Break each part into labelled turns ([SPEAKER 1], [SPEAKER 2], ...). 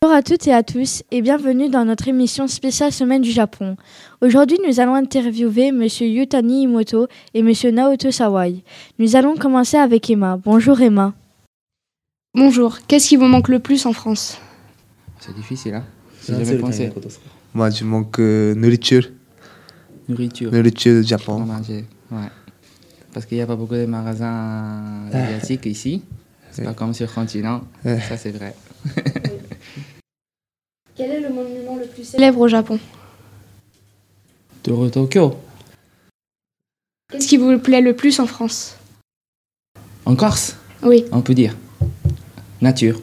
[SPEAKER 1] Bonjour à toutes et à tous et bienvenue dans notre émission spéciale Semaine du Japon. Aujourd'hui, nous allons interviewer M. Yutani Imoto et M. Naoto Sawai. Nous allons commencer avec Emma. Bonjour Emma.
[SPEAKER 2] Bonjour, qu'est-ce qui vous manque le plus en France
[SPEAKER 3] C'est difficile, hein J'ai
[SPEAKER 4] J'avais
[SPEAKER 3] jamais pensé.
[SPEAKER 4] pensé.
[SPEAKER 5] Moi, je manque euh, nourriture,
[SPEAKER 3] Nourriture.
[SPEAKER 5] nourriture du
[SPEAKER 3] Pour
[SPEAKER 5] Japon.
[SPEAKER 3] manger, ouais. Parce qu'il n'y a pas beaucoup de magasins asiatiques ici. C'est pas comme sur le continent.
[SPEAKER 5] Ouais.
[SPEAKER 3] Ça, c'est vrai.
[SPEAKER 2] Quel est le monument le plus célèbre au Japon
[SPEAKER 3] Tour Tokyo.
[SPEAKER 2] Qu'est-ce qui vous plaît le plus en France
[SPEAKER 3] En Corse,
[SPEAKER 2] Oui.
[SPEAKER 3] on peut dire. Nature.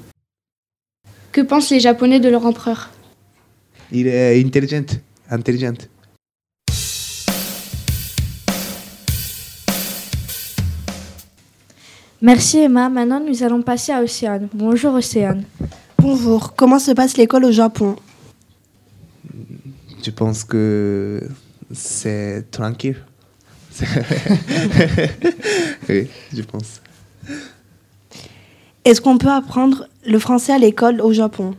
[SPEAKER 2] Que pensent les Japonais de leur empereur
[SPEAKER 5] Il est intelligente, intelligente.
[SPEAKER 1] Merci Emma. Maintenant, nous allons passer à Océane. Bonjour Océane.
[SPEAKER 6] Bonjour, comment se passe l'école au Japon
[SPEAKER 5] Je pense que c'est tranquille. oui, je pense.
[SPEAKER 6] Est-ce qu'on peut apprendre le français à l'école au Japon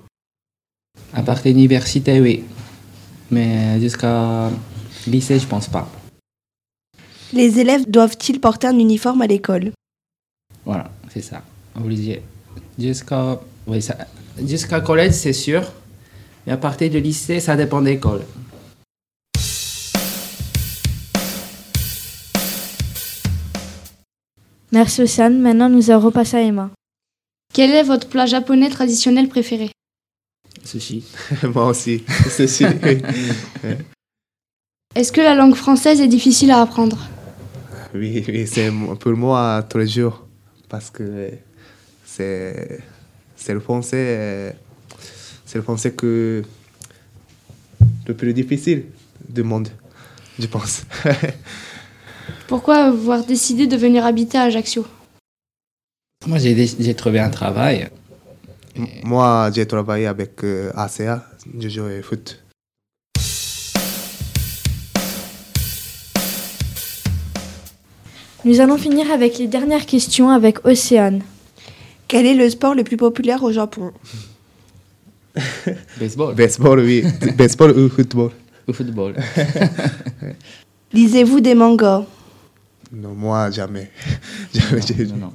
[SPEAKER 3] À part l'université, oui. Mais jusqu'à lycée, je pense pas.
[SPEAKER 6] Les élèves doivent-ils porter un uniforme à l'école
[SPEAKER 3] Voilà, c'est ça. Obligé. Jusqu'à oui, ça- jusqu'à collège, c'est sûr. Mais à partir du lycée, ça dépend des écoles.
[SPEAKER 1] Merci Océane. Maintenant, nous allons repasser à Emma.
[SPEAKER 2] Quel est votre plat japonais traditionnel préféré
[SPEAKER 3] Sushi.
[SPEAKER 5] Moi aussi, ceci. oui.
[SPEAKER 2] Est-ce que la langue française est difficile à apprendre
[SPEAKER 5] Oui, oui, c'est mo- pour moi tous les jours. Parce que c'est c'est le français. euh, C'est le français que. le plus difficile du monde, je pense.
[SPEAKER 2] Pourquoi avoir décidé de venir habiter à Ajaccio
[SPEAKER 3] Moi, j'ai dé- j'ai trouvé un travail.
[SPEAKER 5] M- Moi, j'ai travaillé avec euh, ACA, je joue au foot.
[SPEAKER 1] Nous allons finir avec les dernières questions avec Océane.
[SPEAKER 6] Quel est le sport le plus populaire au Japon
[SPEAKER 3] Baseball.
[SPEAKER 5] Baseball, oui. Baseball ou football
[SPEAKER 3] Ou football.
[SPEAKER 6] Lisez-vous des mangas
[SPEAKER 5] Non, moi, jamais. jamais j'ai-
[SPEAKER 3] non, non.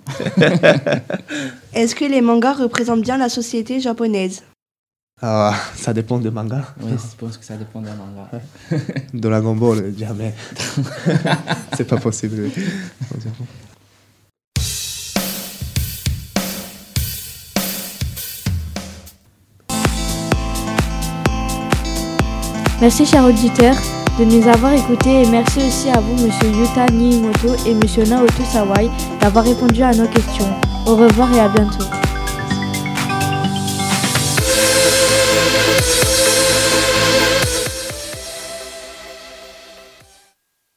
[SPEAKER 6] Est-ce que les mangas représentent bien la société japonaise
[SPEAKER 5] Ah, ça dépend de manga.
[SPEAKER 3] Oui, je pense que ça dépend d'un endroit.
[SPEAKER 5] Dragon Ball, jamais. C'est pas possible.
[SPEAKER 1] Merci chers auditeurs de nous avoir écoutés et merci aussi à vous Monsieur Yuta Nimoto et Monsieur Naoto Sawai d'avoir répondu à nos questions. Au revoir et à bientôt.